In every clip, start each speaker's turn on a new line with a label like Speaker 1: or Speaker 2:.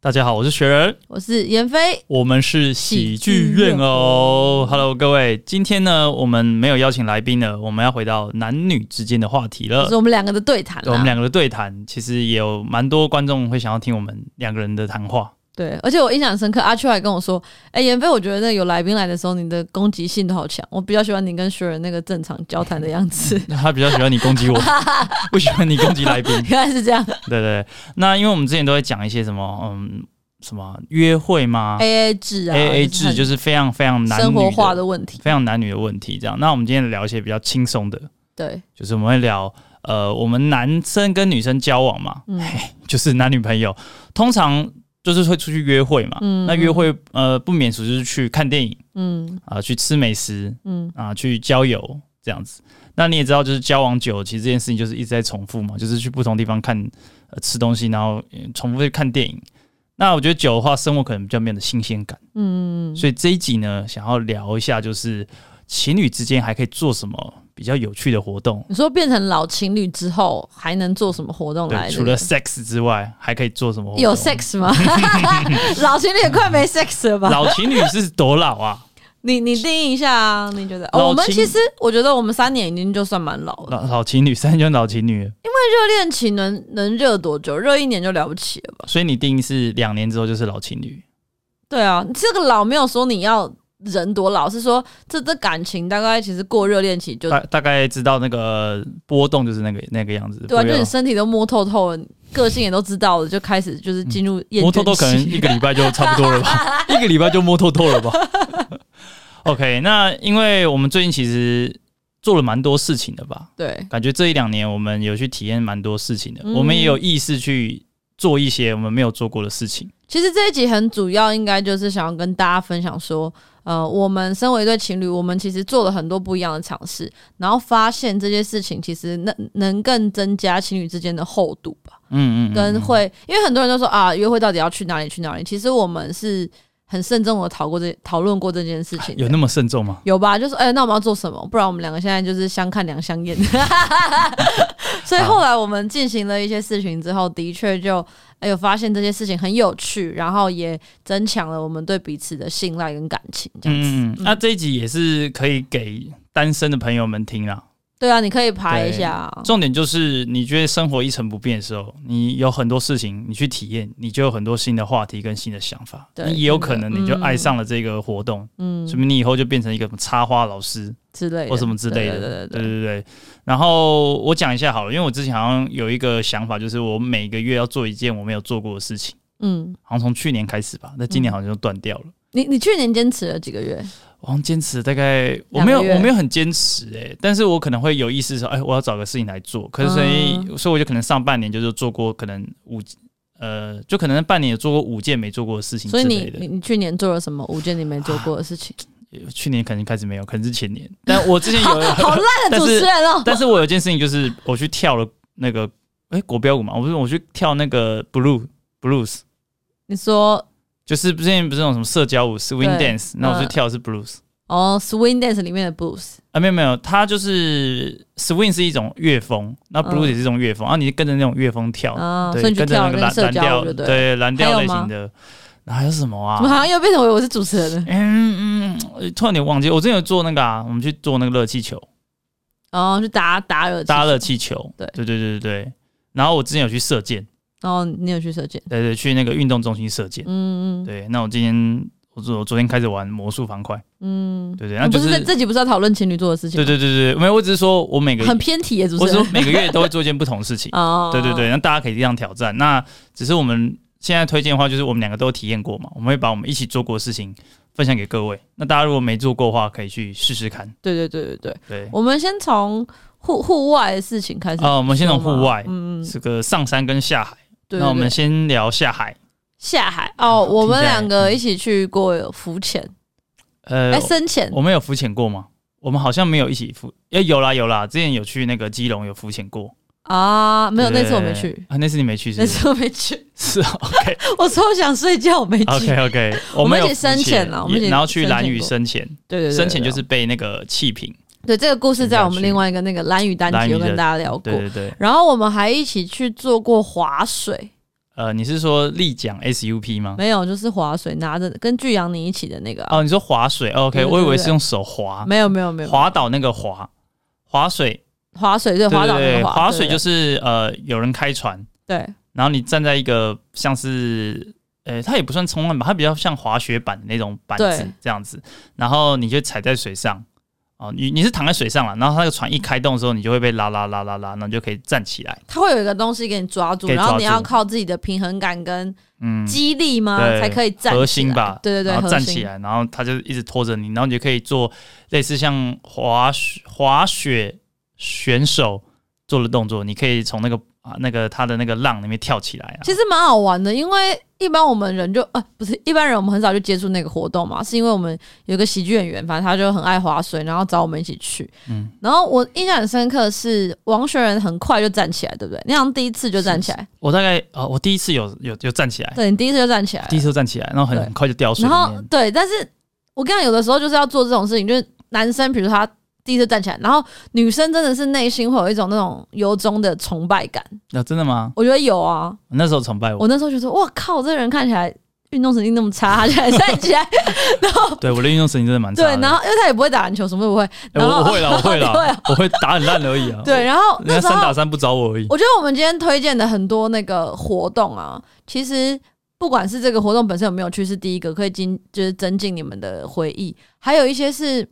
Speaker 1: 大家好，我是雪人，
Speaker 2: 我是闫飞，
Speaker 1: 我们是喜剧院哦。Hello，各位，今天呢，我们没有邀请来宾了，我们要回到男女之间的话题了
Speaker 2: 是。我们两个的对谈
Speaker 1: 呃对我们
Speaker 2: 啦。
Speaker 1: 两个的对谈，其实也有蛮多观众会想要听我们两个人的谈话。
Speaker 2: 对，而且我印象深刻，阿秋还跟我说：“哎、闫飞，我觉得那有来宾来的时候，你的攻击性都好强，我比较喜欢你跟学人那个正常交谈的样子。
Speaker 1: 他比较喜欢你攻击 我，不喜欢你攻击来宾。”
Speaker 2: 原来是这样
Speaker 1: 对对对，那因为我们之前都会讲一些什么，嗯，什么约会吗
Speaker 2: ，A A 制啊
Speaker 1: ？A A 制哎就是是非常非常
Speaker 2: 很
Speaker 1: 男女
Speaker 2: 生活化
Speaker 1: 的
Speaker 2: 的问题。
Speaker 1: 非常男女的问题。这样，那我们今天聊一些比较轻松的，
Speaker 2: 对，
Speaker 1: 就是我们会聊呃，我们男生跟女生交往嘛，
Speaker 2: 嗯
Speaker 1: 就是男女朋友，通常就是会出去约会嘛。
Speaker 2: 嗯
Speaker 1: 那约会呃不免俗就是去看电影
Speaker 2: 嗯
Speaker 1: 啊、去吃美食
Speaker 2: 嗯，
Speaker 1: 啊、去郊游这样子。那你也知道，就是交往久，其实这件事情就是一直在重复嘛，就是去不同地方看、呃、吃东西，然后、呃重复去看电影。那我觉得久的话，生活可能比较没有新鲜感。
Speaker 2: 嗯，
Speaker 1: 所以这一集呢，想要聊一下，就是情侣之间还可以做什么比较有趣的活动。
Speaker 2: 你说变成老情侣之后还能做什么活动来
Speaker 1: 对，
Speaker 2: 着？
Speaker 1: 除了 sex 之外，还可以做什么活动？
Speaker 2: 有 sex 吗？老情侣也快没 sex 了吧？
Speaker 1: 老情侣是多老 啊？
Speaker 2: 你你定义一下啊，你觉得？
Speaker 1: 老
Speaker 2: 哦、我们
Speaker 1: 情
Speaker 2: 其实我觉得我们三年已经就算蛮老了。
Speaker 1: 老老情侣，三十就是老情侣了，
Speaker 2: 热恋期能能热多久？热一年就了不起了吧？
Speaker 1: 所以你定义是两年之后就是老情侣。
Speaker 2: 对啊，这个老没有说你要人多老，是说这这感情大概其实过热恋期就
Speaker 1: 大大概知道那个波动就是那个那个样子，
Speaker 2: 对啊，
Speaker 1: 不
Speaker 2: 就
Speaker 1: 要
Speaker 2: 你身体都摸透透了，个性也都知道了，就开始就是进入厌倦期。
Speaker 1: 摸透透可能一个礼拜就差不多了 吧，一个礼拜就摸透透了吧。OK，那因为我们最近其实做了蛮多事情的吧，
Speaker 2: 对
Speaker 1: 感觉这一两年我们有去体验蛮多事情的，
Speaker 2: 嗯
Speaker 1: 我们也有意识去做一些我们没有做过的事情。
Speaker 2: 其实这一集很主要，应该就是想要跟大家分享说，呃，我们身为一对情侣，我们其实做了很多不一样的尝试，然后发现这些事情其实能能更增加情侣之间的厚度吧，
Speaker 1: 嗯嗯嗯，
Speaker 2: 跟
Speaker 1: 嗯
Speaker 2: 会，因为很多人都说啊，约会到底要去哪里去哪里？其实我们是很慎重的讨过这讨论过这件事情的，
Speaker 1: 有那么慎重吗？
Speaker 2: 有吧？就说哎、那我们要做什么？不然我们两个现在就是相看两相厌。 所以后来我们进行了一些事情之后，的确就哎有发现这些事情很有趣，然后也增强了我们对彼此的信赖跟感情，这样子。
Speaker 1: 嗯，嗯嗯那这一集也是可以给单身的朋友们听啦。
Speaker 2: 对啊，你可以排一下啊。
Speaker 1: 重点就是，你觉得生活一成不变的时候，你有很多事情你去体验，你就有很多新的话题跟新的想法。
Speaker 2: 对
Speaker 1: 你也有可能
Speaker 2: 真的
Speaker 1: 你就爱上了这个活动，
Speaker 2: 嗯
Speaker 1: 说明你以后就变成一个什么插花老师
Speaker 2: 之类的
Speaker 1: 或什么之类的。
Speaker 2: 对对对对
Speaker 1: 对对对然后我讲一下好了，因为我之前好像有一个想法，就是我每个月要做一件我没有做过的事情，
Speaker 2: 嗯，
Speaker 1: 好像从去年开始吧，那今年好像就断掉了。
Speaker 2: 你你去年坚持了几个月？
Speaker 1: 我好像坚持大概我
Speaker 2: 两
Speaker 1: 没
Speaker 2: 个
Speaker 1: 有
Speaker 2: 月
Speaker 1: 我没有很坚持哎、但是我可能会有意识说，哎、我要找个事情来做。可是所以、
Speaker 2: 嗯
Speaker 1: 所以我就可能上半年就是做过可能五呃，就可能半年有做过五件没做过的事情之
Speaker 2: 所以
Speaker 1: 类
Speaker 2: 你
Speaker 1: 的。啊
Speaker 2: 你你去年做了什么五件你没做过的事情？
Speaker 1: 去年可能开始没有，可能是前年。但我之前 有，
Speaker 2: 好烂的主持人哦！
Speaker 1: 但是我有件事情就是我去跳了那个哎、国标舞嘛，我不是我去跳那个 blue blues，
Speaker 2: 你说
Speaker 1: 就是之前不是那种什么社交舞 swing
Speaker 2: 对
Speaker 1: dance，那我去
Speaker 2: 嗯
Speaker 1: 跳的是 blues。
Speaker 2: 哦，swing dance 里面的 boost，
Speaker 1: 啊，没有没有，它就是 swing 是一种乐风，那 blues
Speaker 2: 嗯
Speaker 1: 也是一种乐风，然后你跟着那种乐风跳，
Speaker 2: 啊，
Speaker 1: 哦对，
Speaker 2: 所以你去
Speaker 1: 跟着
Speaker 2: 跳
Speaker 1: 那
Speaker 2: 了
Speaker 1: 个
Speaker 2: 那个
Speaker 1: 蓝
Speaker 2: 社
Speaker 1: 蓝
Speaker 2: 交
Speaker 1: 调，
Speaker 2: 舞，对不对？
Speaker 1: 对蓝调
Speaker 2: 还
Speaker 1: 类
Speaker 2: 有吗
Speaker 1: 型的，然后还有什么
Speaker 2: 怎么好
Speaker 1: 啊？
Speaker 2: 像又变成为我是主持人了？
Speaker 1: 嗯嗯，呃突然有点忘记，我之前有做那个啊，我们去做那个热气球，
Speaker 2: 哦，去打打热气球，
Speaker 1: 搭热气球，
Speaker 2: 对
Speaker 1: 对对对对对然后我之前有去射箭，
Speaker 2: 然后哦你有去射箭？
Speaker 1: 对对，去那个运动中心射箭，
Speaker 2: 嗯嗯
Speaker 1: 对。那我今天我昨我昨天开始玩魔术方块，
Speaker 2: 嗯，
Speaker 1: 对对，
Speaker 2: 我
Speaker 1: 那就
Speaker 2: 不是这这集不是要讨论情侣做的事情
Speaker 1: 对
Speaker 2: 吗？
Speaker 1: 对对对，没有，我只是说我每个，
Speaker 2: 很偏题耶，主
Speaker 1: 我只
Speaker 2: 持
Speaker 1: 是
Speaker 2: 人
Speaker 1: 说。每个月都会做一件不同的事情。
Speaker 2: 哦，
Speaker 1: 对对对，，那大家可以这样挑战。那只是我们现在推荐的话，就是我们两个都体验过嘛，我们会把我们一起做过的事情分享给各位。那大家如果没做过的话，可以去试试看。
Speaker 2: 对对对对对。
Speaker 1: 对，
Speaker 2: 我们先从户户外的事情开始
Speaker 1: 啊，我们先从
Speaker 2: 说嘛
Speaker 1: 户外
Speaker 2: 嗯，嗯
Speaker 1: 这个上山跟下海。
Speaker 2: 对。
Speaker 1: 那我们
Speaker 2: 对对
Speaker 1: 先聊下海。
Speaker 2: 下海哦，
Speaker 1: 听
Speaker 2: 我们
Speaker 1: 起来
Speaker 2: 两个一起去过浮潜，
Speaker 1: 呃
Speaker 2: 哎，，深潜，
Speaker 1: 我们有浮潜过吗？我们好像没有一起浮，哎，有啦有啦，之前有去那个基隆有浮潜过，
Speaker 2: 啊，没有，
Speaker 1: 对
Speaker 2: 那次我没去，
Speaker 1: 啊，那次你没去是
Speaker 2: 那
Speaker 1: 不是？
Speaker 2: 次我没去，
Speaker 1: 是哦 OK
Speaker 2: 我超想睡觉，我没去。
Speaker 1: OK OK，
Speaker 2: 我们
Speaker 1: 有
Speaker 2: 一起深
Speaker 1: 浮
Speaker 2: 潜啊我们一起
Speaker 1: 也然后去
Speaker 2: 深
Speaker 1: 蓝
Speaker 2: 潜
Speaker 1: 屿
Speaker 2: 过
Speaker 1: 深潜，
Speaker 2: 对对对，
Speaker 1: 深潜
Speaker 2: 对
Speaker 1: 就是被那个气瓶，
Speaker 2: 对这个故事，在我们另外一个那个蓝雨单集
Speaker 1: 蓝屿
Speaker 2: 有
Speaker 1: 的
Speaker 2: 跟大家聊过
Speaker 1: 对。对对，
Speaker 2: 然后我们还一起去做过划水，
Speaker 1: 呃，你是说立桨 SUP 吗？
Speaker 2: 没有，就是划水拿着跟巨阳你一起的那个啊、
Speaker 1: 哦，你说划水？OK，
Speaker 2: 对对对
Speaker 1: 我以为是
Speaker 2: 对
Speaker 1: 用手划，
Speaker 2: 没有没有没有
Speaker 1: 滑倒那个划，划水，
Speaker 2: 划水
Speaker 1: 对
Speaker 2: 对滑
Speaker 1: 对
Speaker 2: 倒那
Speaker 1: 对，
Speaker 2: 个
Speaker 1: 划水就是是呃，有人开船，
Speaker 2: 对
Speaker 1: 然后你站在一个像是，呃，它也不算冲浪吧，它比较像滑雪板的那种板子
Speaker 2: 对
Speaker 1: 这样子，然后你就踩在水上，哦，你你是躺在水上了，然后它那个船一开动的时候，你就会被拉拉拉拉拉，然后你就可以站起来，
Speaker 2: 它会有一个东西给你抓住，
Speaker 1: 给抓
Speaker 2: 然后你要
Speaker 1: 住
Speaker 2: 靠自己的平衡感跟
Speaker 1: 嗯，
Speaker 2: 激励吗、
Speaker 1: 对
Speaker 2: 才可以站起来
Speaker 1: 核心吧，
Speaker 2: 对对对，
Speaker 1: 然后
Speaker 2: 核
Speaker 1: 站
Speaker 2: 心
Speaker 1: 起来，然后它就一直拖着你，然后你就可以做类似像滑雪滑雪选手做的动作，你可以从那个啊那个它的那个浪里面跳起来啊，
Speaker 2: 其实蛮好玩的，因为一般我们人就呃不是一般人，我们很少就接触那个活动嘛，是因为我们有一个喜剧演员，反正他就很爱划水，然后找我们一起去。
Speaker 1: 嗯
Speaker 2: 然后我印象很深刻的是王学仁很快就站起来，对不对？你好像第一次就站起来，
Speaker 1: 我大概啊、我第一次有有有站起来，
Speaker 2: 对你第一次就站起来
Speaker 1: 第，一次站起来，然后很
Speaker 2: 对
Speaker 1: 很快就掉水
Speaker 2: 然
Speaker 1: 里
Speaker 2: 后
Speaker 1: 面，
Speaker 2: 对，但是我跟你讲，有的时候就是要做这种事情，就是男生，比如他。第一次站起来，然后女生真的是内心会有一种那种由衷的崇拜感，
Speaker 1: 那、真的吗？
Speaker 2: 我觉得有啊，
Speaker 1: 我那时候崇拜我，
Speaker 2: 我那时候觉得，哇靠，这人看起来运动神经那么差，他竟然站起来，然后
Speaker 1: 对我的运动神经真的蛮差
Speaker 2: 对
Speaker 1: 的，，
Speaker 2: 然后因为他也不会打篮球，什么都不会，
Speaker 1: 哎、
Speaker 2: 然
Speaker 1: 我
Speaker 2: 后
Speaker 1: 我会了，我会
Speaker 2: 你会
Speaker 1: 了
Speaker 2: 啊，
Speaker 1: 我会打很烂而已啊，
Speaker 2: 对，，然后那
Speaker 1: 人家
Speaker 2: 时
Speaker 1: 三
Speaker 2: 候
Speaker 1: 打三不找我而已，
Speaker 2: 我觉得我们今天推荐的很多那个活动啊，其实。不管是这个活动本身有没有趣，是第一个可以增就是增进你们的回忆，还有一些是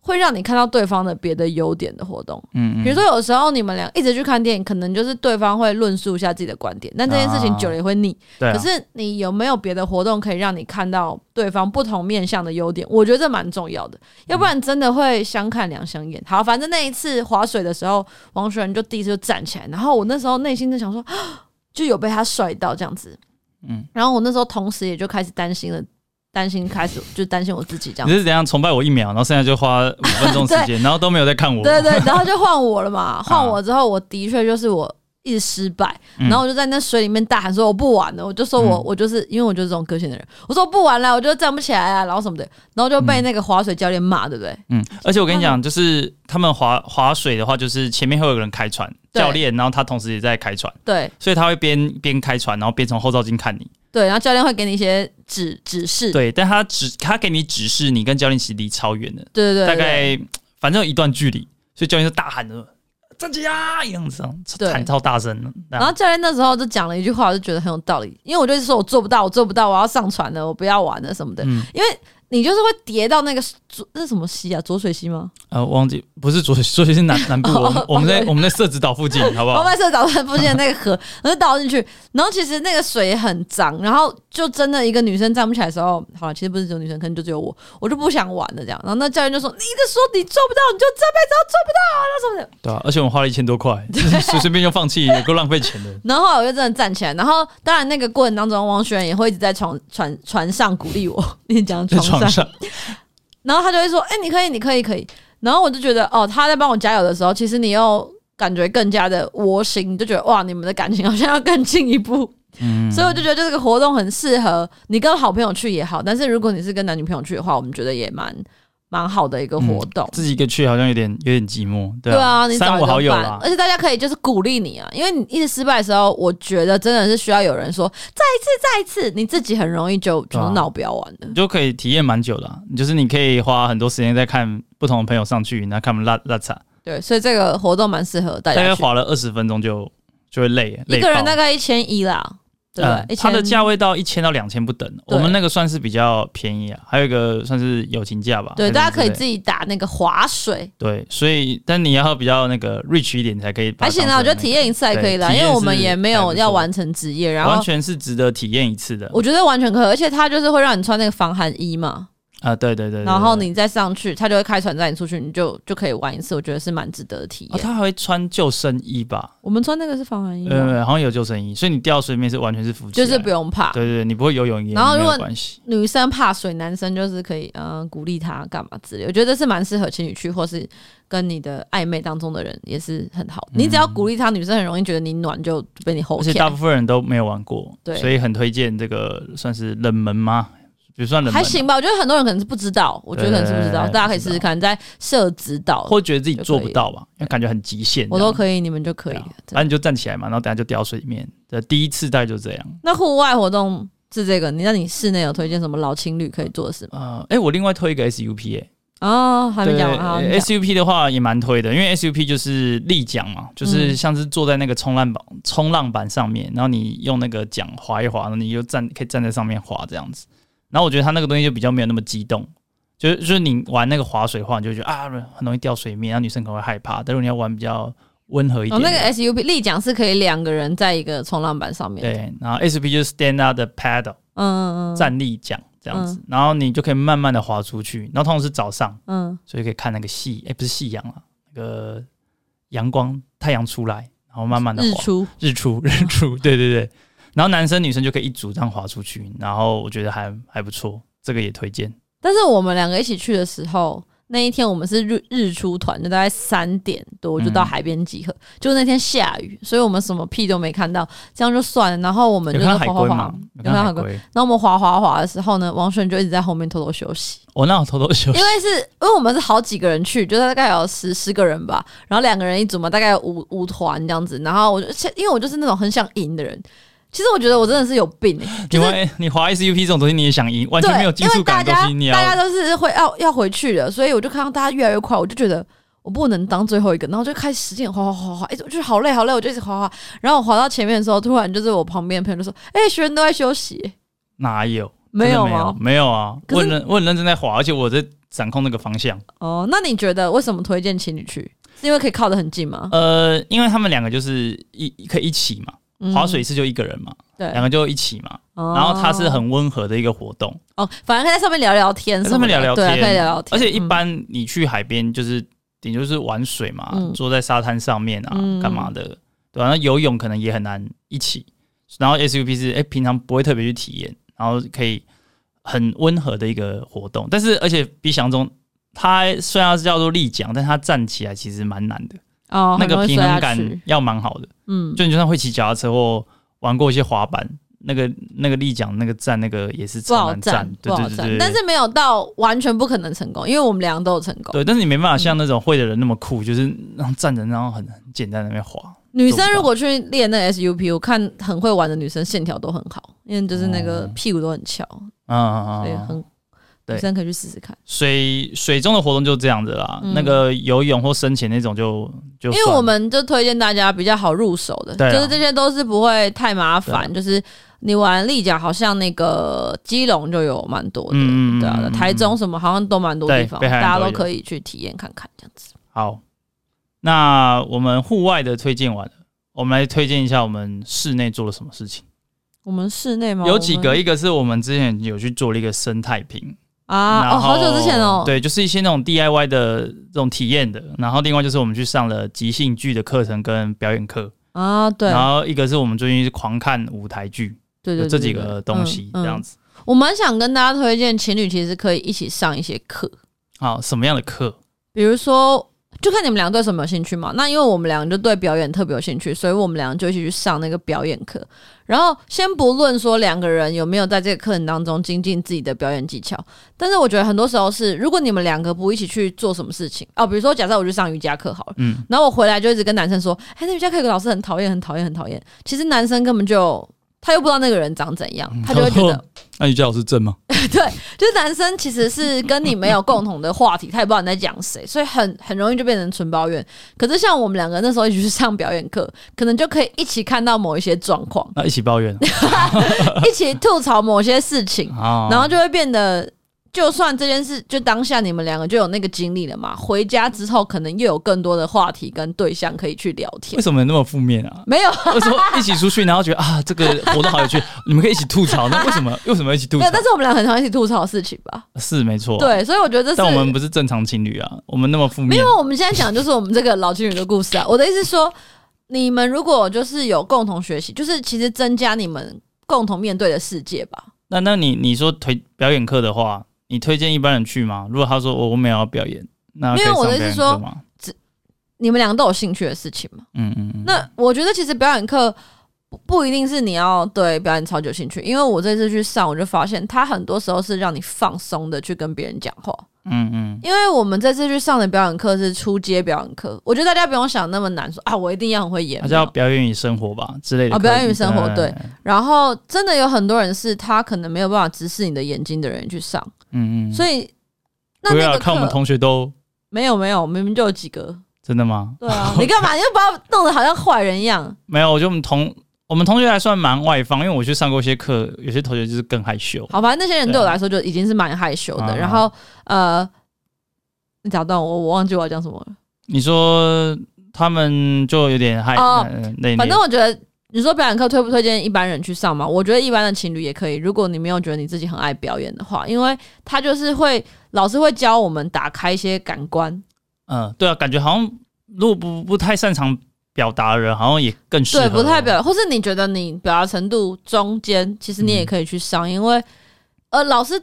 Speaker 2: 会让你看到对方的别的优点的活动。
Speaker 1: 嗯嗯，
Speaker 2: 比如说有时候你们俩一直去看电影，可能就是对方会论述一下自己的观点，但这件事情久了也会腻。
Speaker 1: 对、啊，
Speaker 2: 可是你有没有别的活动可以让你看到对方不同面向的优点？我觉得这蛮重要
Speaker 1: 嗯
Speaker 2: 的，要不然真的会相看两相厌。好，反正那一次划水的时候，王学仁就第一次就站起来，然后我那时候内心就想说， 啊就有被他帅到这样子。
Speaker 1: 嗯，
Speaker 2: 然后我那时候同时也就开始担心了，担心开始就担心我自己这样
Speaker 1: 你。是怎样崇拜我一秒，然后剩下就花五分钟时间，然后都没有在看我，
Speaker 2: 对对，然后就换我了嘛，换我之后，我的确就是我一直失败，
Speaker 1: 嗯
Speaker 2: 然后我就在那水里面大喊说我不玩了，我就说我、
Speaker 1: 嗯
Speaker 2: 我就是因为我就是这种个性的人，我说我不玩了，我就站不起来啊，然后什么的，然后就被那个划水教练骂，对不对？
Speaker 1: 嗯，而且我跟你讲，就是他们划划水的话，就是前面会有个人开船，
Speaker 2: 对
Speaker 1: 教练，然后他同时也在开船，
Speaker 2: 对
Speaker 1: 所以他会边边开船，然后边从后照镜看你。
Speaker 2: 对，然后教练会给你一些指指示，
Speaker 1: 对，但他指他给你指示，你跟教练其实离超远的，
Speaker 2: 对对对，
Speaker 1: 大
Speaker 2: 对
Speaker 1: 概反正有一段距离，所以教练就大喊着站起来，这样子啊，
Speaker 2: 对
Speaker 1: 喊超大声的。
Speaker 2: 然后教练那时候就讲了一句话，我就觉得很有道理，因为我就是说我做不到，我做不到，我要上船了，我不要玩了什么的，
Speaker 1: 嗯
Speaker 2: 因为你就是会跌到那个左那什么溪啊，浊水溪吗？
Speaker 1: 呃，忘记不是左 左水是南南部，我们
Speaker 2: 哦
Speaker 1: 我们在我们在社子岛附近，好不
Speaker 2: 黄
Speaker 1: 好？
Speaker 2: 白色早餐附近的那个河，然后倒进去，然后其实那个水很脏，然后就真的一个女生站不起来的时候，好了，其实不是只有女生，可能就只有我，我就不想玩了这样。然后那教练就说：“你一直说你做不到，你就这辈子都做不到。
Speaker 1: 对啊，而且我们花了一千多块， 就是随随便就放弃，也够浪费钱的。”
Speaker 2: 然后后来我就真的站起来，然后当然那个过程当中，王学仁也会一直在床船船上鼓励我，你讲
Speaker 1: 在
Speaker 2: 床上
Speaker 1: 床，上，
Speaker 2: 然后他就会说：“哎、你可以，你可以，可以。”然后我就觉得，哦，他在帮我加油的时候，其实你又感觉更加的窝心，你就觉得哇，你们的感情好像要更进一 步。
Speaker 1: 嗯
Speaker 2: 所以我就觉得这个活动很适合你跟好朋友去也好，但是如果你是跟男女朋友去的话，我们觉得也蛮蛮好的一个活动。
Speaker 1: 自己一个去好像有点有点寂寞，嗯对
Speaker 2: 对啊，你
Speaker 1: 三
Speaker 2: 找
Speaker 1: 五
Speaker 2: 一
Speaker 1: 好
Speaker 2: 个
Speaker 1: 友
Speaker 2: 伴
Speaker 1: 啦，
Speaker 2: 而，且大家可以就是鼓励你啊，因为你一直失败的时候，我觉得真的是需要有人说再一次，再一次，你自己很容易就
Speaker 1: 对啊
Speaker 2: 就闹不要玩了
Speaker 1: 你。 就可以体验蛮久的啊、就是你可以花很多时间在看不同的朋友上去，然后看他们拉拉扯，
Speaker 2: 对，所以这个活动蛮适合大
Speaker 1: 大概
Speaker 2: 哎家去。
Speaker 1: 划了二十分钟就就会累，累
Speaker 2: 一个人
Speaker 1: 爆
Speaker 2: 大概一千一啦，对不
Speaker 1: 呃
Speaker 2: 对？一
Speaker 1: 它
Speaker 2: 千
Speaker 1: 的价位到一千到两千不等，
Speaker 2: 对
Speaker 1: 我们那个算是比较便宜啊，还有一个算是友情价吧。
Speaker 2: 对，
Speaker 1: 还是
Speaker 2: 大家可以
Speaker 1: 之类
Speaker 2: 自己打那个划水。
Speaker 1: 对，所以但你要比较那个 rich 一点才可以把它
Speaker 2: 还
Speaker 1: 当成
Speaker 2: 行啊
Speaker 1: 那个。
Speaker 2: 啦，我觉得体验一次还可以啦，
Speaker 1: 对
Speaker 2: 因
Speaker 1: 体验
Speaker 2: 为我们也没有要
Speaker 1: 是还不错
Speaker 2: 完成职业，然后
Speaker 1: 完全是值得体验一次的
Speaker 2: 我觉得完全可以，而且它就是会让你穿那个防寒衣嘛，
Speaker 1: 啊，对对对对
Speaker 2: 然后
Speaker 1: 对
Speaker 2: 你再上去，它就会开船带你出去，你就就可以玩一次，我觉得是蛮值得的体
Speaker 1: 哦，
Speaker 2: 验。
Speaker 1: 他还会穿救生衣吧？
Speaker 2: 我们穿那个是防寒衣吗，
Speaker 1: 呃，好像有救生衣，所以你掉到水里面是完全是啊浮起
Speaker 2: 哦就
Speaker 1: 来，
Speaker 2: 是不用怕。
Speaker 1: 对对对，你不会游泳也
Speaker 2: 然后
Speaker 1: 没
Speaker 2: 如
Speaker 1: 有
Speaker 2: 果
Speaker 1: 关系。
Speaker 2: 女生怕水，男生就是可以嗯、呃鼓励她干嘛之类，我觉得这是蛮适合情侣去，或是跟你的暧昧当中的人也是很好。
Speaker 1: 嗯
Speaker 2: 你只要鼓励她，女生很容易觉得你暖就被你吼
Speaker 1: 而
Speaker 2: 起
Speaker 1: 且
Speaker 2: 来
Speaker 1: 大部分人都没有玩过，
Speaker 2: 对
Speaker 1: 所以很推荐这个算是冷门吗？也算冷门，
Speaker 2: 还，行吧，我觉得很多人可能是不知道，我觉得可能是不知道，
Speaker 1: 对
Speaker 2: 大家可以试试看，在社指导，
Speaker 1: 或者觉得自己做不到吧，因为感觉很极限。
Speaker 2: 我都
Speaker 1: 以，
Speaker 2: 可以，你们就可以
Speaker 1: 对啊
Speaker 2: 了。
Speaker 1: 反
Speaker 2: 真的
Speaker 1: 正你就站起来嘛，然后等下就掉水里面。对，第一次大概就这样。
Speaker 2: 那户外活动是这个，你那你室内有推荐什么老情侣可以做的事吗？
Speaker 1: 呃，哎、我另外推一个 SUP 哎、
Speaker 2: 哦，还没
Speaker 1: 对
Speaker 2: 讲完，好，你讲
Speaker 1: SUP 的话也蛮推的，因为 SUP 就是立桨嘛，就是
Speaker 2: 嗯
Speaker 1: 像是坐在那个冲浪板冲浪板上面，然后你用那个桨划一划，然后你就站可以站在上面划这样子。然后我觉得它那个东西就比较没有那么激动，就是就是你玩那个划水的话，你就觉得啊很容易掉水面，然后女生可能会害怕。但如果你要玩比较温和一
Speaker 2: 哦，
Speaker 1: 点的，
Speaker 2: 那个 SUP 立桨是可以两个人在一个冲浪板上面的，
Speaker 1: 对，然后 SUP 就是 stand up 的 paddle
Speaker 2: 嗯嗯嗯，
Speaker 1: 站立桨这样子，然后你就可以慢慢的划出去，然后通常是早上。
Speaker 2: 嗯，
Speaker 1: 所以可以看那个夕，哎、不是夕阳啊，那个阳光，太阳出来，然后慢慢的
Speaker 2: 日
Speaker 1: 滑，
Speaker 2: 出，哦
Speaker 1: 日出，日出， 对对对。然后男生女生就可以一组这样滑出去，然后我觉得还还不错，这个也推荐。
Speaker 2: 但是我们两个一起去的时候，那一天我们是日日出团，就大概三点多就到海边集合。
Speaker 1: 嗯
Speaker 2: 就那天下雨，所以我们什么屁都没看到，这样就算了。然后我们
Speaker 1: 有
Speaker 2: 就是
Speaker 1: 看到
Speaker 2: 滑
Speaker 1: 海
Speaker 2: 滑
Speaker 1: 龟
Speaker 2: 滑
Speaker 1: 吗，？有看到海龟？
Speaker 2: 然后我们滑滑滑的时候呢，王璇就一直在后面偷偷 休息，
Speaker 1: 我哦那我偷偷休息
Speaker 2: 因，为是因为我们是好几个人去，就大概有十十个人吧，然后两个人一组嘛，大概有五五团这样子。然后我就因为我就是那种很想赢的人。其实我觉得我真的是有病、欸，
Speaker 1: 你
Speaker 2: 就是
Speaker 1: 玩你滑 SUP 这种东西你也想赢，完
Speaker 2: 对，
Speaker 1: 全
Speaker 2: 因
Speaker 1: 没有
Speaker 2: 为
Speaker 1: 技术感的
Speaker 2: 大
Speaker 1: 东
Speaker 2: 家
Speaker 1: 西，你
Speaker 2: 大
Speaker 1: 要
Speaker 2: 家都是会要要回去的，所以我就看到大家越来越快，我就觉得我不能当最后一个，然后就开始使劲滑滑滑滑，一直我就是好累好累，我就一直滑滑，然后我滑到前面的时候，突然就是我旁边的朋友就说：“哎、学员都在休息，
Speaker 1: 哪有？
Speaker 2: 没
Speaker 1: 真的
Speaker 2: 有
Speaker 1: 没有
Speaker 2: 吗
Speaker 1: 没有啊！
Speaker 2: 可
Speaker 1: 我
Speaker 2: 是
Speaker 1: 很认我很认真在滑，而且我在掌控那个方向。？”
Speaker 2: 哦，那你觉得为什么推荐情侣去？是因为可以靠得很近吗？
Speaker 1: 呃，因为他们两个就是一可以一起嘛，
Speaker 2: 嗯
Speaker 1: 滑水是就一个人嘛，
Speaker 2: 对，
Speaker 1: 两个就一起嘛。
Speaker 2: 然
Speaker 1: 然后它是很温和的一个活动，
Speaker 2: 哦，反正可以在上面聊聊天
Speaker 1: 嗯
Speaker 2: 什
Speaker 1: 在
Speaker 2: 么的，
Speaker 1: 上面聊聊
Speaker 2: 对啊，
Speaker 1: 天
Speaker 2: 可以聊聊天，
Speaker 1: 而且一
Speaker 2: 嗯
Speaker 1: 般你去海边就是顶多是玩水嘛，
Speaker 2: 嗯
Speaker 1: 坐在沙滩上面啊，
Speaker 2: 嗯
Speaker 1: 干嘛的，对吧、那游泳可能也很难一起，然后 SUP 是哎、诶平常不会特别去体验，然后可以很温和的一个活动，但是而且比想象中。它虽然是叫做立桨，但它站起来其实蛮难的，
Speaker 2: 哦，
Speaker 1: 那
Speaker 2: 很容
Speaker 1: 个
Speaker 2: 易
Speaker 1: 平
Speaker 2: 摔
Speaker 1: 衡
Speaker 2: 下
Speaker 1: 感
Speaker 2: 去，
Speaker 1: 要蛮好的。
Speaker 2: 嗯，
Speaker 1: 就你就算会骑脚踏车或玩过一些滑板，那个那个立桨那个站那个也是
Speaker 2: 不
Speaker 1: 超
Speaker 2: 好
Speaker 1: 难
Speaker 2: 站
Speaker 1: 站，，对
Speaker 2: 不
Speaker 1: 对
Speaker 2: 好
Speaker 1: 对对
Speaker 2: 站
Speaker 1: 对，
Speaker 2: 但是没有到完全不可能成功，因为我们两个都有成功。
Speaker 1: 对，但是你没办法像那种会的人那么
Speaker 2: 嗯
Speaker 1: 酷，就是然后站着，然后很很简单在那边滑。
Speaker 2: 女生如果去练那个 SUP，我看很会玩的女生线条都很好，因为就是那个屁股都很翘，
Speaker 1: 嗯嗯
Speaker 2: 所
Speaker 1: 嗯
Speaker 2: 以
Speaker 1: 嗯，
Speaker 2: 很
Speaker 1: 哦对
Speaker 2: 女生可以去试试看。
Speaker 1: 水水中的活动就这样子啦。
Speaker 2: 嗯
Speaker 1: 那个游泳或深潜那种就就
Speaker 2: 因
Speaker 1: 算了，
Speaker 2: 为我们就推荐大家比较好入手的，
Speaker 1: 对啊
Speaker 2: 就是这些都是不会太麻
Speaker 1: 对啊
Speaker 2: 烦，就是你玩立桨，好像那个基隆就有蛮多的，
Speaker 1: 嗯嗯嗯
Speaker 2: 对啊
Speaker 1: 嗯，嗯
Speaker 2: 台中什么好像都蛮多地
Speaker 1: 对
Speaker 2: 方，
Speaker 1: 北海岸
Speaker 2: 大家
Speaker 1: 都
Speaker 2: 都
Speaker 1: 有
Speaker 2: 可以去体验看看这样子。
Speaker 1: 好。那我们户外的推荐完了，我们来推荐一下我们室内做了什么事情。
Speaker 2: 我们室内吗？
Speaker 1: 有几
Speaker 2: 哦我
Speaker 1: 个，
Speaker 2: 们
Speaker 1: 一个是我们之前有去做了一个生态瓶，
Speaker 2: 啊，
Speaker 1: 然
Speaker 2: 哦，好久之前哦
Speaker 1: 后，对，就是一些那种 DIY 的这种体验的。然后另外就是我们去上了即兴剧的课程跟表演课，
Speaker 2: 啊，对，
Speaker 1: 然后一个是我们最近是狂看舞台剧，
Speaker 2: 对对
Speaker 1: 有
Speaker 2: 对，
Speaker 1: 这几
Speaker 2: 对
Speaker 1: 个东西这样。
Speaker 2: 对嗯嗯
Speaker 1: 子。
Speaker 2: 我蛮想跟大家推荐，情侣其实可以一起上一些课，
Speaker 1: 好，什么样的课？
Speaker 2: 比如说，就看你们俩对什么有兴趣嘛。那因为我们俩就对表演特别有兴趣，所以我们俩就一起去上那个表演课。然后先不论说两个人有没有在这个课程当中精进自己的表演技巧，但是我觉得很多时候是，如果你们两个不一起去做什么事情哦，比如说假设我去上瑜伽课好了，
Speaker 1: 嗯，
Speaker 2: 然后我回来就一直跟男生说，哎，那瑜伽课有个老师很讨厌，很讨厌，很讨厌。其实男生根本就他又不知道那个人长怎
Speaker 1: 嗯
Speaker 2: 样，他就会觉得。
Speaker 1: 那瑜伽老师正吗？
Speaker 2: 就是男生其实是跟你没有共同的话题，他也不知道你在讲谁，所以很很容易就变成纯抱怨。可是像我们两个那时候一起去上表演课，可能就可以一起看到某一些状况，
Speaker 1: 那一起抱怨
Speaker 2: 一起吐槽某些事情，
Speaker 1: 啊
Speaker 2: 然后就会变得，就算这件事就当下你们两个就有那个经历了嘛，回家之后可能又有更多的话题跟对象可以去聊天？
Speaker 1: 为。什么那么负面啊
Speaker 2: 没有，
Speaker 1: 为什么一起出去，然后觉得啊，这个活动好有趣，啊你们可以一起吐槽？那为什 么为什么一起吐
Speaker 2: 没
Speaker 1: 槽
Speaker 2: 有，？但是我们俩很常一起吐槽事情吧？
Speaker 1: 是没错，。
Speaker 2: 对，所以我觉得这是
Speaker 1: 但我们不是正常情侣啊，我们那么负
Speaker 2: 没
Speaker 1: 面
Speaker 2: 有，，我们现在讲就是我们这个老情侣的故事啊。我的意思是说，你们如果就是有共同学习，就是其实增加你们共同面对的世界吧。
Speaker 1: 那那你你说推表演课的话，你推荐一般人去吗？如果他说哦我我没有要表演，那可以
Speaker 2: 没有
Speaker 1: 上
Speaker 2: 我的
Speaker 1: 表
Speaker 2: 意思
Speaker 1: 演
Speaker 2: 说
Speaker 1: 课吗？
Speaker 2: 你们两个都有兴趣的事情嘛？
Speaker 1: 嗯嗯嗯，
Speaker 2: 那我觉得其实表演课不不一定是你要对表演超级有兴趣，因为我这次去上，我就发现他很多时候是让你放松的去跟别人讲话。
Speaker 1: 嗯嗯，
Speaker 2: 因为我们这次去上的表演课是初阶表演课，我觉得大家不用想那么难说，啊，我一定要很会演
Speaker 1: 它
Speaker 2: 没有
Speaker 1: 叫表演与生活吧之类的
Speaker 2: 啊
Speaker 1: 课
Speaker 2: 表演与生活对，
Speaker 1: 嗯
Speaker 2: 然后真的有很多人是他可能没有办法直视你的眼睛的人去上，
Speaker 1: 嗯嗯，
Speaker 2: 所以那
Speaker 1: 不
Speaker 2: 那
Speaker 1: 要啊
Speaker 2: 个
Speaker 1: 看我们
Speaker 2: 课
Speaker 1: 同学都
Speaker 2: 没有没有，明明就有几个。
Speaker 1: 真的吗？
Speaker 2: 对啊，你干嘛？你又把我弄得好像坏人一样。
Speaker 1: 没有，我觉得我们同我们同学还算蛮外放，因为我去上过一些课，有些同学就是更害羞。
Speaker 2: 好吧，那些人对我
Speaker 1: 对啊
Speaker 2: 来说就已经是蛮害羞
Speaker 1: 啊
Speaker 2: 的。然后呃，你打断我，我忘记我要讲什么了。
Speaker 1: 你说他们就有点害，
Speaker 2: 哦
Speaker 1: 呃内敛
Speaker 2: 反正我觉得。你说表演课推不推荐一般人去上吗？我觉得一般的情侣也可以。如果你没有觉得你自己很爱表演的话，因为他就是会老师会教我们打开一些感官，
Speaker 1: 嗯，对啊，感觉好像如果不不太擅长表达的人，好像也更适合。
Speaker 2: 对，不太表，或是你觉得你表达程度中间，其实你也可以去上，
Speaker 1: 嗯
Speaker 2: 因为呃，老师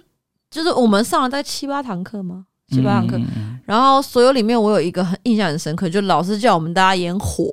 Speaker 2: 就是我们上了大概七八堂课吗？七八堂课，
Speaker 1: 嗯嗯嗯
Speaker 2: 然后所有里面我有一个很印象很深刻，就老师叫我们大家演火，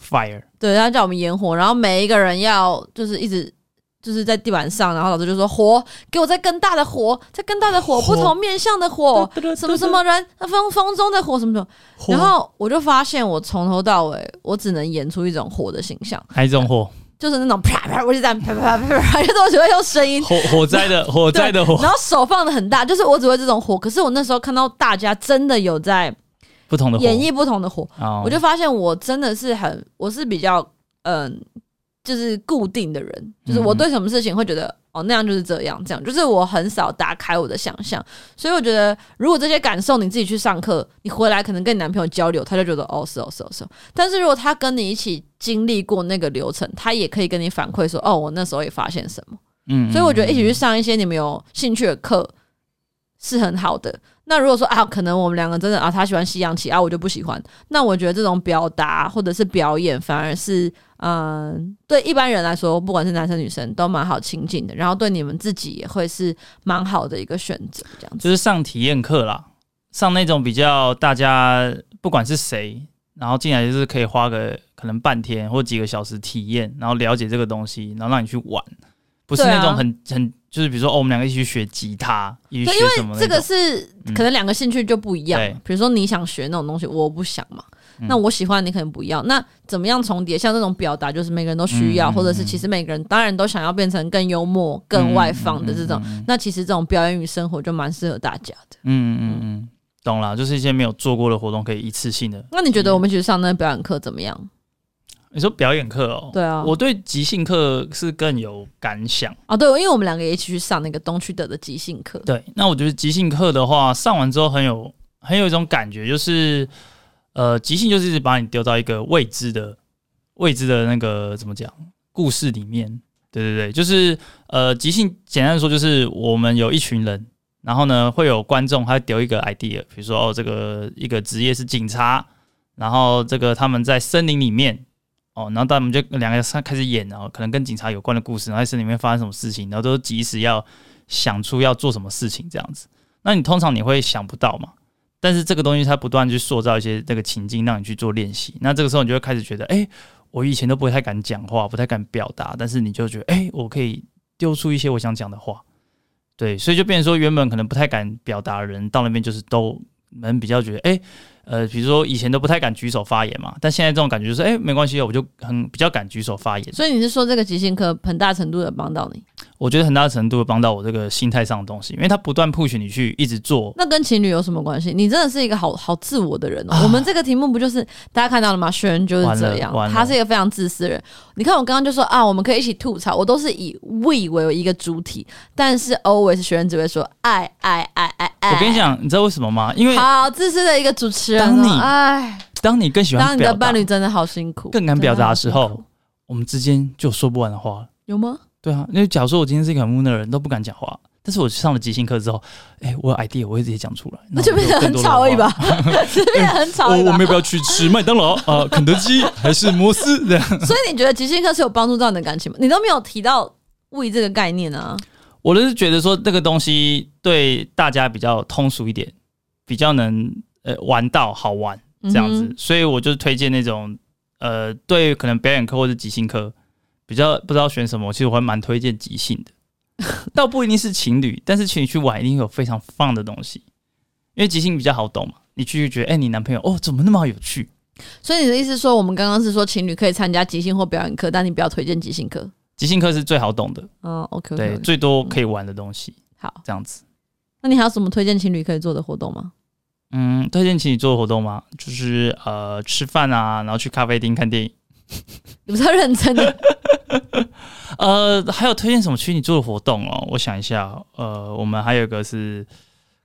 Speaker 1: fire，
Speaker 2: 对，他叫我们演火，然后每一个人要就是一直。就是在地板上，然后老师就说：“火，给我再更大的火，再更大的火，
Speaker 1: 火
Speaker 2: 不同面向的火，哦什么什么人，风风中的火，什么什么。”然后我就发现，我从头到尾，我只能演出一种火的形象。
Speaker 1: 哪一种火？
Speaker 2: 就是那种啪啪，我就在啪啪啪啪啪，就是我只会用声音，
Speaker 1: 火火灾的火灾的火，
Speaker 2: 然后手放的很大，就是我只会这种火。可是我那时候看到大家真的有在
Speaker 1: 不同的火。
Speaker 2: 演绎不同的火，
Speaker 1: 哦，
Speaker 2: 我就发现我真的是很，我是比较嗯，就是固定的人，就是我对什么事情会觉得哦那样就是这样，这样就是我很少打开我的想象。所以我觉得，如果这些感受你自己去上课，你回来可能跟你男朋友交流，他就觉得哦是哦是哦是哦。但是如果他跟你一起经历过那个流程，他也可以跟你反馈说哦我那时候也发现什么。
Speaker 1: 嗯
Speaker 2: 所以我觉得一起去上一些你们有兴趣的课是很好的。那如果说啊，可能我们两个真的啊，他喜欢西洋棋啊，我就不喜欢。那我觉得这种表达或者是表演，反而是嗯、对一般人来说，不管是男生女生，都蛮好亲近的。然后对你们自己也会是蛮好的一个选择，这样子。
Speaker 1: 就是上体验课啦，上那种比较大家不管是谁，然后进来就是可以花个可能半天或几个小时体验，然后了解这个东西，然后让你去玩，不是
Speaker 2: 对啊
Speaker 1: 那种很、很就是比如说哦，我们两个一起去学吉他，一起
Speaker 2: 对
Speaker 1: 去学什么那
Speaker 2: 这
Speaker 1: 种
Speaker 2: 个是
Speaker 1: 嗯
Speaker 2: 可能两个兴趣就不一样嘛
Speaker 1: 对，
Speaker 2: 比如说你想学那种东西，我不想嘛。
Speaker 1: 嗯
Speaker 2: 那我喜欢你可能不要，那怎么样重叠？像这种表达，就是每个人都需要，
Speaker 1: 嗯嗯嗯
Speaker 2: 或者是其实每个人当然都想要变成更幽默、更外放的这种。那其实这种表演与生活就蛮适合大家的。
Speaker 1: 嗯嗯嗯，懂了，就是一些没有做过的活动可以一次性的。
Speaker 2: 那你觉得我们去上那个表演课怎么样？
Speaker 1: 你说表演课哦，
Speaker 2: 对啊
Speaker 1: 我对即兴课是更有感想。
Speaker 2: 啊，对，因为我们两个也一起去上那个东区德的即兴课，
Speaker 1: 对，那我觉得即兴课的话，上完之后很有很有一种感觉，就是呃，即兴就是一直把你丢到一个未知的未知的那个怎么讲故事里面。对对对，就是呃，即兴简单地说就是我们有一群人，然后呢会有观众，他会丢一个 idea，比如说哦，这个一个职业是警察，然后这个他们在森林里面。哦，然后他们就两个上开始演，然后可能跟警察有关的故事，然后在森林里面发生什么事情，然后都及时要想出要做什么事情这样子。那你通常你会想不到嘛？但是这个东西它不断去塑造一些那个情境，让你去做练习。那这个时候你就会开始觉得，哎、我以前都不太敢讲话，不太敢表达，但是你就觉得，哎、我可以丢出一些我想讲的话。对，所以就变成说，原本可能不太敢表达的人，到那边就是都能比较觉得，哎、呃，比如说以前都不太敢举手发言嘛，但现在这种感觉就是，哎、没关系，我就很比较敢举手发言。
Speaker 2: 所以你是说这个即兴课很大程度的帮到你？
Speaker 1: 我觉得很大程度地帮到我这个心态上的东西，因为它不断 push 你去一直做
Speaker 2: 那跟情侣有什么关系？你真的是一个好好自我的人
Speaker 1: 啊
Speaker 2: 哦、我们这个题目不就是大家看到了吗？轩就是这样
Speaker 1: 完了完，了
Speaker 2: 他是一个非常自私的人。你看我刚刚就说啊，我们可以一起吐槽，我都是以 we 为一个主体，但是 always 学员只会说哎爱爱爱爱爱。
Speaker 1: 我跟你，讲，你知道为什么吗？因为
Speaker 2: 哎好自私的一个主持人、
Speaker 1: 当
Speaker 2: 哦
Speaker 1: 你。
Speaker 2: 哎，
Speaker 1: 当你更喜
Speaker 2: 当
Speaker 1: 欢
Speaker 2: 你
Speaker 1: 表
Speaker 2: 的
Speaker 1: 达
Speaker 2: 伴，侣真的好辛苦，啊
Speaker 1: 更敢表达的时
Speaker 2: 真好辛
Speaker 1: 候
Speaker 2: 苦，，
Speaker 1: 我们之间就有说不完的话了。
Speaker 2: 有吗？
Speaker 1: 对啊，因为假如说我今天是一个很木讷的人，都不敢讲话，但是我上了即兴课之后，哎、我有 idea，我会直接讲出来，
Speaker 2: 那就变得很吵而已吧， 就变得很吵
Speaker 1: 我
Speaker 2: 而已
Speaker 1: 哦我
Speaker 2: 吧
Speaker 1: 们。要不要去吃麦当劳啊、呃肯德基还是摩斯？这 样，
Speaker 2: 所以你觉得即兴课是有帮助到你的感情吗？你都没有提到 we 这个概念啊。
Speaker 1: 我就是觉得说这个东西对大家比较通俗一点，比较能呃玩到好玩。这样子，
Speaker 2: 嗯哼
Speaker 1: 所以我就推荐那种呃，对可能表演课或者即兴课，比较不知道选什么，其实我还蛮推荐即兴的，倒不一定是情侣，但是情侣去玩一定有非常放的东西，因为即兴比较好懂嘛。你去就觉得，哎、你男朋友哦，怎么那么有趣？
Speaker 2: 所以你的意思是说，我们刚刚是说情侣可以参加即兴或表演课，但你不要推荐即兴课。
Speaker 1: 即兴课是最好懂的，
Speaker 2: 嗯，OK，, o
Speaker 1: 对，最多可以玩的东西，
Speaker 2: 好。
Speaker 1: 这样子。
Speaker 2: 那你还有什么推荐情侣可以做的活动吗？
Speaker 1: 嗯，推荐情侣做的活动吗？就是呃，吃饭啊，然后去咖啡厅看电影。
Speaker 2: 你不是要认真的？
Speaker 1: 呃，还有推荐什么去你做的活动哦？我想一下，呃，我们还有一个是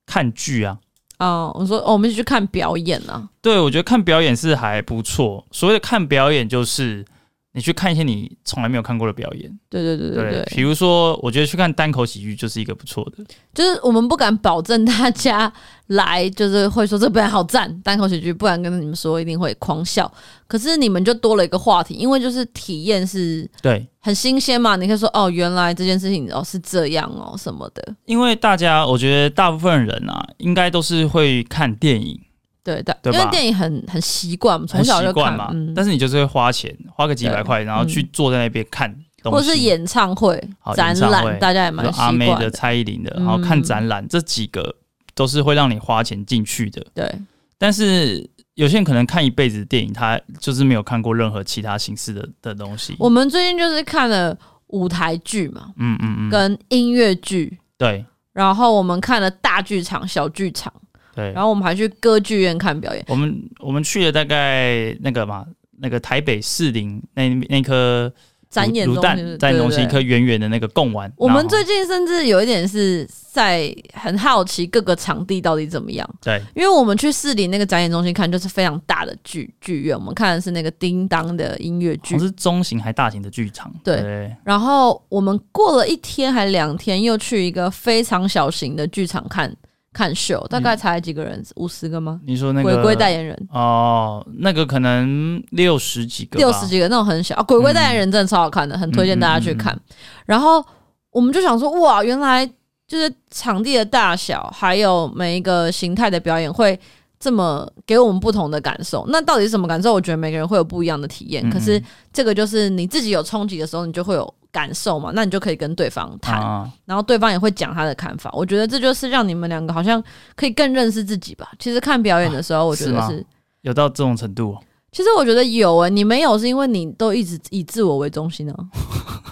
Speaker 1: 看剧啊。
Speaker 2: 哦，我说、哦、我们一起去看表演啊。
Speaker 1: 对，我觉得看表演是还不错。所谓的看表演，就是你去看一些你从来没有看过的表演。
Speaker 2: 对对对对对，
Speaker 1: 比如说，我觉得去看单口喜剧就是一个不错的。
Speaker 2: 就是我们不敢保证大家来，就是会说这本来好赞，单口喜剧，不然跟你们说一定会狂笑。可是你们就多了一个话题，因为就是体验是
Speaker 1: 对，
Speaker 2: 很新鲜嘛，你可以说哦，原来这件事情哦是这样哦什么的。
Speaker 1: 因为大家，我觉得大部分人啊，应该都是会看电影，
Speaker 2: 对的，
Speaker 1: 对
Speaker 2: 因
Speaker 1: 吧
Speaker 2: 为电影很很习惯，从
Speaker 1: 很
Speaker 2: 小就
Speaker 1: 习
Speaker 2: 看
Speaker 1: 惯嘛。
Speaker 2: 嗯，
Speaker 1: 但是你就是会花钱，花个几百
Speaker 2: 对嗯
Speaker 1: 块，然后去坐在那边看东西，
Speaker 2: 或是演唱会
Speaker 1: 好、
Speaker 2: 展
Speaker 1: 演唱
Speaker 2: 览，
Speaker 1: 会
Speaker 2: 大家也
Speaker 1: 比如
Speaker 2: 蛮习
Speaker 1: 阿妹
Speaker 2: 惯
Speaker 1: 的、
Speaker 2: 的。嗯
Speaker 1: 蔡依林的，然后看展览，这几个都是会让你花钱进去的。
Speaker 2: 对，
Speaker 1: 但是有些人可能看一辈子的电影，他就是没有看过任何其他形式的的东西。
Speaker 2: 我们最近就是看了舞台剧嘛，
Speaker 1: 嗯嗯嗯，
Speaker 2: 跟音乐剧，
Speaker 1: 对
Speaker 2: 然后我们看了大剧场、小剧场，
Speaker 1: 对
Speaker 2: 然。后我们还去歌剧院看表演。
Speaker 1: 我们我们去了大概那个嘛，那个台北士林那那颗
Speaker 2: 展演
Speaker 1: 卤卤
Speaker 2: 东西
Speaker 1: 蛋
Speaker 2: 对
Speaker 1: 展演
Speaker 2: 对
Speaker 1: 东西
Speaker 2: 对
Speaker 1: 一颗圆圆的那个贡丸。
Speaker 2: 我
Speaker 1: 然
Speaker 2: 们
Speaker 1: 后
Speaker 2: 最近甚至有一点是在很好奇各个场地到底怎么样，
Speaker 1: 对
Speaker 2: 因为我们去市里那个展演中心看，就是非常大的剧剧院，我们看的是那个叮当的音乐
Speaker 1: 好
Speaker 2: 剧
Speaker 1: 像。是中型还大型的剧场。
Speaker 2: 对然后我们过了一天还两天，又去一个非常小型的剧场看看秀，大概才几个人，五十个吗？
Speaker 1: 你说嗯那个
Speaker 2: 鬼鬼代言人
Speaker 1: 哦，那个可能六十几个吧，
Speaker 2: 六十几个那种很小，啊、鬼鬼代言人真的超好看的，很推荐大家去
Speaker 1: 嗯
Speaker 2: 看。然后我们就想说，哇，原来就是场地的大小，还有每一个形态的表演会。这么给我们不同的感受，那到底是什么感受？我觉得每个人会有不一样的体验。
Speaker 1: 嗯嗯
Speaker 2: 可是这个就是你自己有冲击的时候，你就会有感受嘛，那你就可以跟对方谈，
Speaker 1: 啊，
Speaker 2: 然后对方也会讲他的看法。我觉得这就是让你们两个好像可以更认识自己吧。其实看表演的时候，我觉
Speaker 1: 啊是
Speaker 2: 得
Speaker 1: 吗
Speaker 2: 是
Speaker 1: 有到这种程度哦、
Speaker 2: 其实我觉得有诶、你没有是因为你都一直以自我为中 心呢、啊。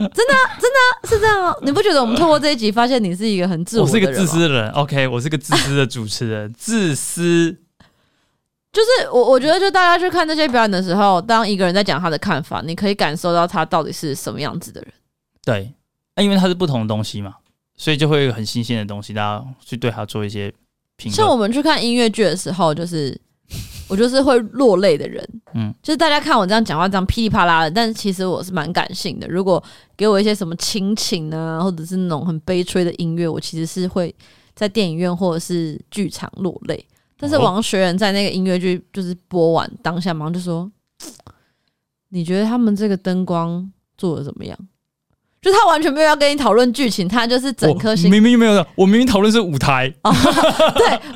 Speaker 2: 真的啊、真的啊、是这样、啊，你不觉得我们透过这一集发现你是一个很自我
Speaker 1: 我
Speaker 2: 的
Speaker 1: 是一
Speaker 2: 人吗？
Speaker 1: 个自私的人，OK，我是个自私的主持 人，自私。
Speaker 2: 就是我，我觉得就大家去看这些表演的时候，当一个人在讲他的看法，你可以感受到他到底是什么样子的人。
Speaker 1: 对，啊那因为它是不同的东西嘛，所以就会有很新鲜的东西，大家去对它做一些评
Speaker 2: 像
Speaker 1: 论。
Speaker 2: 我们去看音乐剧的时候，就是 我就是会落泪的人，
Speaker 1: 嗯
Speaker 2: 嗯，就是大家看我这样讲话这样噼里啪啦的，但其实我是蛮感性的。如果给我一些什么亲情啊，或者是那种很悲催的音乐，我其实是会在电影院或者是剧场落泪。但是
Speaker 1: 哦
Speaker 2: 王学仁在那个音乐剧就是播完当下，马上就说：“你觉得他们这个灯光做的怎么样？”就他完全没有要跟你讨论剧情，他就是整颗心
Speaker 1: 我明明没有的，我明明讨论是舞台，
Speaker 2: 对，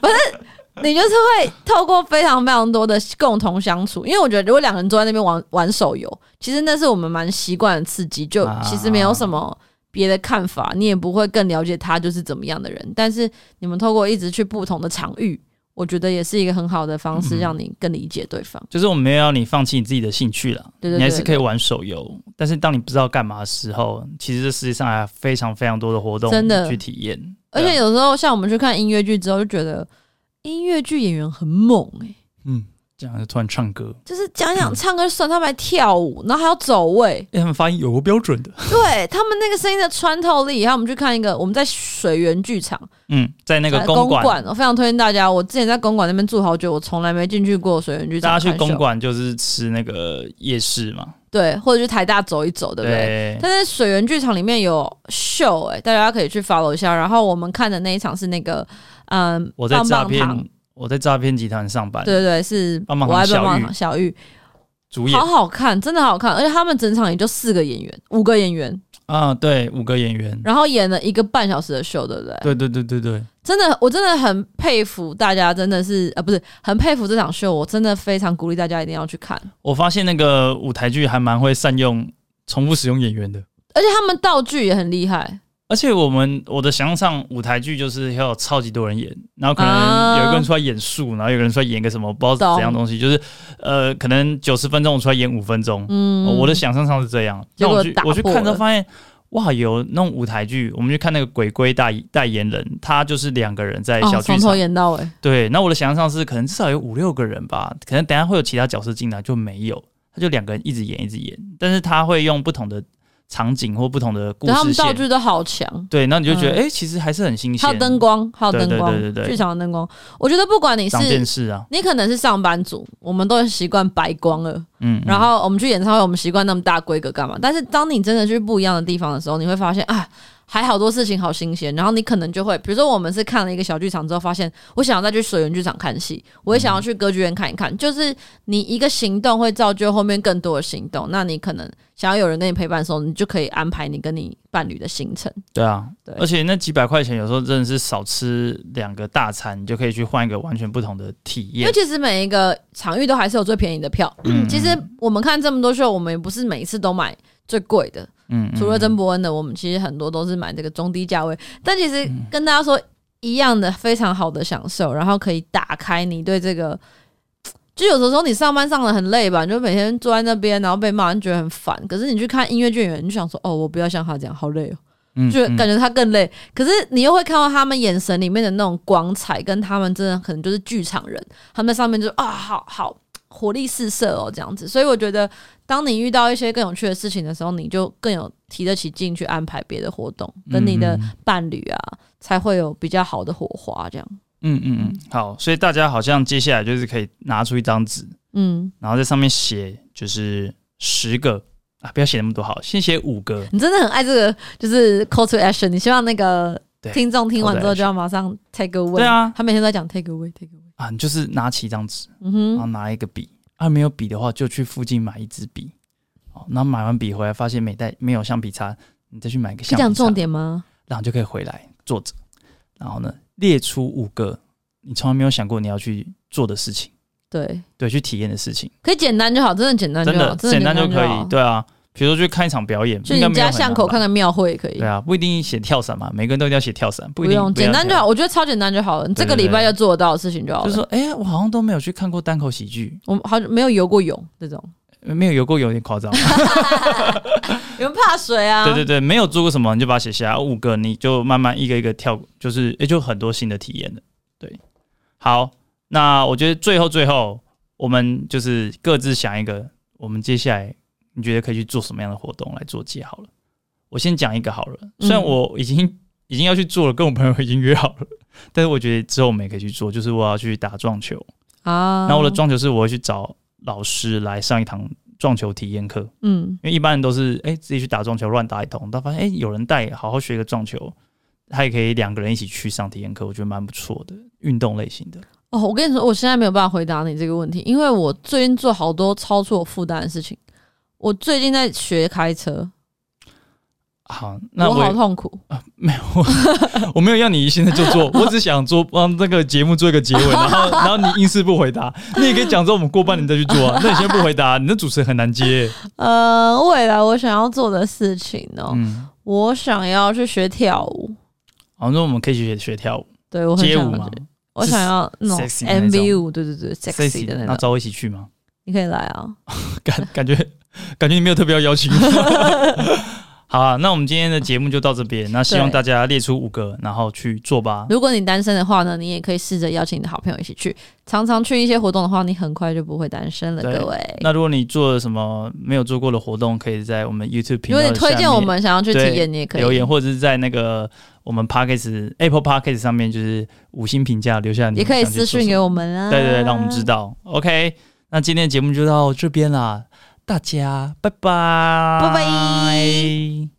Speaker 2: 反 正你就是会透过非常非常多的共同相处，因为我觉得如果两个人坐在那边玩玩手游，其实那是我们蛮习惯的刺激，就
Speaker 1: 啊
Speaker 2: 其实没有什么别的看法，你也不会更了解他就是怎么样的人。但是你们透过一直去不同的场域，我觉得也是一个很好的方式，
Speaker 1: 嗯
Speaker 2: 让你更理解对方。
Speaker 1: 就是我们没有要你放弃你自己的兴趣了，
Speaker 2: 对对对
Speaker 1: 你还是可以玩手游。但是当你不知道干嘛的时候，其实这世界上还有非常非常多的活动
Speaker 2: 真的
Speaker 1: 去体验。
Speaker 2: 而
Speaker 1: 对
Speaker 2: 且
Speaker 1: 啊，
Speaker 2: 有时候像我们去看音乐剧之后，就觉得哎音乐剧演员很猛哎、
Speaker 1: 嗯，这样就突然唱歌，
Speaker 2: 就是讲 讲唱歌算，他们还跳舞，然后还要走位。
Speaker 1: 哎、他们发音有个标准的。
Speaker 2: 对他们那个声音的穿透力，然后我们去看一个，我们在水源剧场
Speaker 1: 嗯，在那个
Speaker 2: 呃
Speaker 1: 公
Speaker 2: 公
Speaker 1: 馆，
Speaker 2: 馆，我非常推荐大家。我之前在公馆那边住好久，我从来没进去过水源剧场。
Speaker 1: 大家去公
Speaker 2: 看秀，
Speaker 1: 馆就是吃那个夜市嘛，
Speaker 2: 对，或者去台大走一走，对不对？
Speaker 1: 对
Speaker 2: 但是水源剧场里面有秀、哎，大家可以去 follow 一下。然后我们看的那一场是那个，嗯，
Speaker 1: 我在
Speaker 2: 棒
Speaker 1: 诈
Speaker 2: 棒糖
Speaker 1: 骗，，我在诈骗集团上班，
Speaker 2: 对对，是
Speaker 1: 棒棒
Speaker 2: 我
Speaker 1: 糖
Speaker 2: 爱棒
Speaker 1: 小
Speaker 2: 棒
Speaker 1: 玉
Speaker 2: 糖小玉，
Speaker 1: 主演
Speaker 2: 好好看，真的好看。而且他们整场也就四个演员，五个演员，
Speaker 1: 啊，对，五个演员，
Speaker 2: 然后演了一个半小时的秀，对不对？
Speaker 1: 对对对对对，
Speaker 2: 真的，我真的很佩服大家，真的是呃，不是很佩服这场秀，我真的非常鼓励大家一定要去看。
Speaker 1: 我发现那个舞台剧还蛮会善用重复使用演员的。
Speaker 2: 而且他们道具也很厉害，
Speaker 1: 而且我们我的想象舞台剧就是要有超级多人演，然后可
Speaker 2: 啊
Speaker 1: 能有一个人出来演树，然后有个人出来演个什么不知道是怎样东西，就是呃，可能九十分钟我出来演五分钟、
Speaker 2: 嗯，
Speaker 1: 哦我的想象上是这样。
Speaker 2: 结
Speaker 1: 那
Speaker 2: 果
Speaker 1: 我去
Speaker 2: 打破
Speaker 1: 我去看之后
Speaker 2: 了
Speaker 1: 发现，哇，有那种舞台剧，我们去看那个《鬼鬼代代言人，他就是两个人在小
Speaker 2: 哦，
Speaker 1: 剧
Speaker 2: 从
Speaker 1: 场。
Speaker 2: 头演到尾，
Speaker 1: 对，那我的想象是可能至少有五六个人吧，可能等一下会有其他角色进来就没有，他就两个人一直演一直演，但是他会用不同的场景或不同的故
Speaker 2: 对，他
Speaker 1: 事
Speaker 2: 们道
Speaker 1: 线。
Speaker 2: 具都好强。
Speaker 1: 对，那你就觉得哎、
Speaker 2: 嗯
Speaker 1: 诶其实还是很新鲜。
Speaker 2: 还有灯光，还有
Speaker 1: 对
Speaker 2: 灯光，
Speaker 1: 对对对对
Speaker 2: 剧场的灯光。我觉得不管你
Speaker 1: 长见
Speaker 2: 是
Speaker 1: 识啊，
Speaker 2: 你可能是上班族，我们都习惯白光了，
Speaker 1: 嗯，
Speaker 2: 然
Speaker 1: 嗯
Speaker 2: 后我们去演唱会，我们习惯那么大规格干嘛？但是当你真的去不一样的地方的时候，你会发现啊，还好多事情好新鲜。然后你可能就会，比如说我们是看了一个小剧场之后，发现我想要再去水源剧场看戏，我也想要去歌剧院看一看。就是你一个行动会造就后面更多的行动。那你可能想要有人跟你陪伴的时候，你就可以安排你跟你伴侣的行程。
Speaker 1: 对啊，
Speaker 2: 对
Speaker 1: 而且那几百块钱有时候真的是少吃两个大餐，你就可以去换一个完全不同的体
Speaker 2: 因
Speaker 1: 验
Speaker 2: 为。其实每一个场域都还是有最便宜的票。
Speaker 1: 嗯
Speaker 2: 其实我们看这么多秀，我们也不是每一次都买最贵的。
Speaker 1: 嗯，嗯
Speaker 2: 除了曾伯恩的，我们其实很多都是买这个中低价位，但其实跟大家说一样的，非常好的享受，然后可以打开你对这个。就有的时候你上班上的很累吧，你就每天坐在那边，然后被骂，你觉得很烦。可是你去看音乐剧演员，你就想说，哦，我不要像他这样，好累哦，
Speaker 1: 嗯
Speaker 2: 就感
Speaker 1: 嗯
Speaker 2: 觉他更累。可是你又会看到他们眼神里面的那种光彩，跟他们真的可能就是剧场人，他们在上面就啊，好好活力四射哦，这样子。所以我觉得，当你遇到一些更有趣的事情的时候，你就更有提得起劲去安排别的活动，跟你的
Speaker 1: 嗯嗯
Speaker 2: 伴侣啊，才会有比较好的火花。这样，
Speaker 1: 嗯嗯嗯，好，所以大家好像接下来就是可以拿出一张纸，
Speaker 2: 嗯，
Speaker 1: 然后在上面写就是十个啊，不要写那么多，好，先写五个。
Speaker 2: 你真的很爱这个，就是 call to action。你希望那个
Speaker 1: 对
Speaker 2: 听众听完
Speaker 1: call to
Speaker 2: 之后就要马上 take away。
Speaker 1: 对啊
Speaker 2: 他每天都在讲 take away，take away。
Speaker 1: 啊，你就是拿起一张纸，
Speaker 2: 嗯
Speaker 1: 然
Speaker 2: 哼
Speaker 1: 后，拿一个笔，啊，没有笔的话就去附近买一支笔，哦，然后买完笔回来发现没带没有橡皮擦，你再去买一个
Speaker 2: 可以
Speaker 1: 橡皮擦。
Speaker 2: 讲重点吗？
Speaker 1: 然后就可以回来坐着，然后呢列出五个你从来没有想过你要去做的事情，
Speaker 2: 对，
Speaker 1: 对，去体验的事情，
Speaker 2: 可以简单就好，真的简单就
Speaker 1: 真
Speaker 2: 好，
Speaker 1: 的
Speaker 2: 真
Speaker 1: 简
Speaker 2: 单
Speaker 1: 单就可
Speaker 2: 好
Speaker 1: 以，。对啊，比如说去看一场表演，
Speaker 2: 去
Speaker 1: 应该
Speaker 2: 你
Speaker 1: 没有
Speaker 2: 家
Speaker 1: 很难
Speaker 2: 巷口
Speaker 1: 吧
Speaker 2: 看看庙会也可以
Speaker 1: 对。啊，不一定写跳伞嘛，每个人都一定要写跳伞，不一定
Speaker 2: 用，
Speaker 1: 一定
Speaker 2: 简单就
Speaker 1: 跳
Speaker 2: 好。。我觉得超简单就好了。你这个
Speaker 1: 对对
Speaker 2: 礼拜
Speaker 1: 对
Speaker 2: 要做得到的事情就好
Speaker 1: 就
Speaker 2: 了。
Speaker 1: 是说，哎、我好像都没有去看过单口喜剧，
Speaker 2: 我们好久没有游过泳这种，
Speaker 1: 呃没有游过泳有点夸张。
Speaker 2: 你们怕水啊？
Speaker 1: 对对对，没有做过什么，你就把它写下来，五个你就慢慢一个一个跳，就是也、就很多新的体验了。对，好，那我觉得最后最后，我们就是各自想一个，我们接下来你觉得可以去做什么样的活动来做结好了。我先讲一个好了，虽然
Speaker 2: 嗯
Speaker 1: 我已经、已经要去做了，跟我朋友已经约好了，但是我觉得之后我们也可以去做，就是我要去打撞球。
Speaker 2: 啊。
Speaker 1: 那我的撞球是我会去找老师来上一堂撞球体验课。
Speaker 2: 嗯
Speaker 1: 因为一般人都是哎、自己去打撞球乱打一通，但发现哎、有人带，好好学个撞球，他也可以两个人一起去上体验课，我觉得蛮不错的运动类型的。
Speaker 2: 哦，我跟你说，我现在没有办法回答你这个问题，因为我最近做好多超出我负担的事情。我最近在学开车，
Speaker 1: 好，那
Speaker 2: 我
Speaker 1: 我
Speaker 2: 好
Speaker 1: 也
Speaker 2: 痛苦。
Speaker 1: 我没有要你现在就做，我只想做帮那个节目做一个 结尾，然后然后你硬是不回答，你也可以讲说我们过半年再去做 啊。那你先不回答，你的主持人很难接。
Speaker 2: 呃，未来我想要做的事情呢、
Speaker 1: 嗯，
Speaker 2: 我想要去学跳舞。
Speaker 1: 好，那我们可以学学跳舞、
Speaker 2: 对我很
Speaker 1: 街
Speaker 2: 想
Speaker 1: 舞
Speaker 2: 要
Speaker 1: 嘛
Speaker 2: 学我想要那种
Speaker 1: sexy 那种
Speaker 2: MV 舞，对对对，sexy 的那
Speaker 1: 那
Speaker 2: 种，
Speaker 1: 找我一起去吗？
Speaker 2: 你可以来啊。
Speaker 1: 感 感觉感觉你没有特别要邀请我。 好啊，那我们今天的节目就到这边。那希望
Speaker 2: 对
Speaker 1: 大家列出五个，然后去做吧。
Speaker 2: 如果你单身的话呢，你也可以试着邀请你的好朋友一起去。常常去一些活动的话，你很快就不会单身了，
Speaker 1: 对
Speaker 2: 各位。
Speaker 1: 那如果你做了什么没有做过的活动，可以在我们 YouTube 频
Speaker 2: 如
Speaker 1: 道
Speaker 2: 果
Speaker 1: 的
Speaker 2: 你推
Speaker 1: 下
Speaker 2: 荐
Speaker 1: 面
Speaker 2: 我们想要去体验，你也可以
Speaker 1: 留言，，或者是在那个我们 Pockets Apple Pockets 上面就是五星评价留下你
Speaker 2: 也
Speaker 1: 们
Speaker 2: 可以
Speaker 1: 想去
Speaker 2: 私
Speaker 1: 做
Speaker 2: 讯
Speaker 1: 什
Speaker 2: 给
Speaker 1: 么
Speaker 2: 我们啊。
Speaker 1: 对对对，让我们知。道。OK，那今天的节目就到这边啦，大家拜拜，
Speaker 2: 拜拜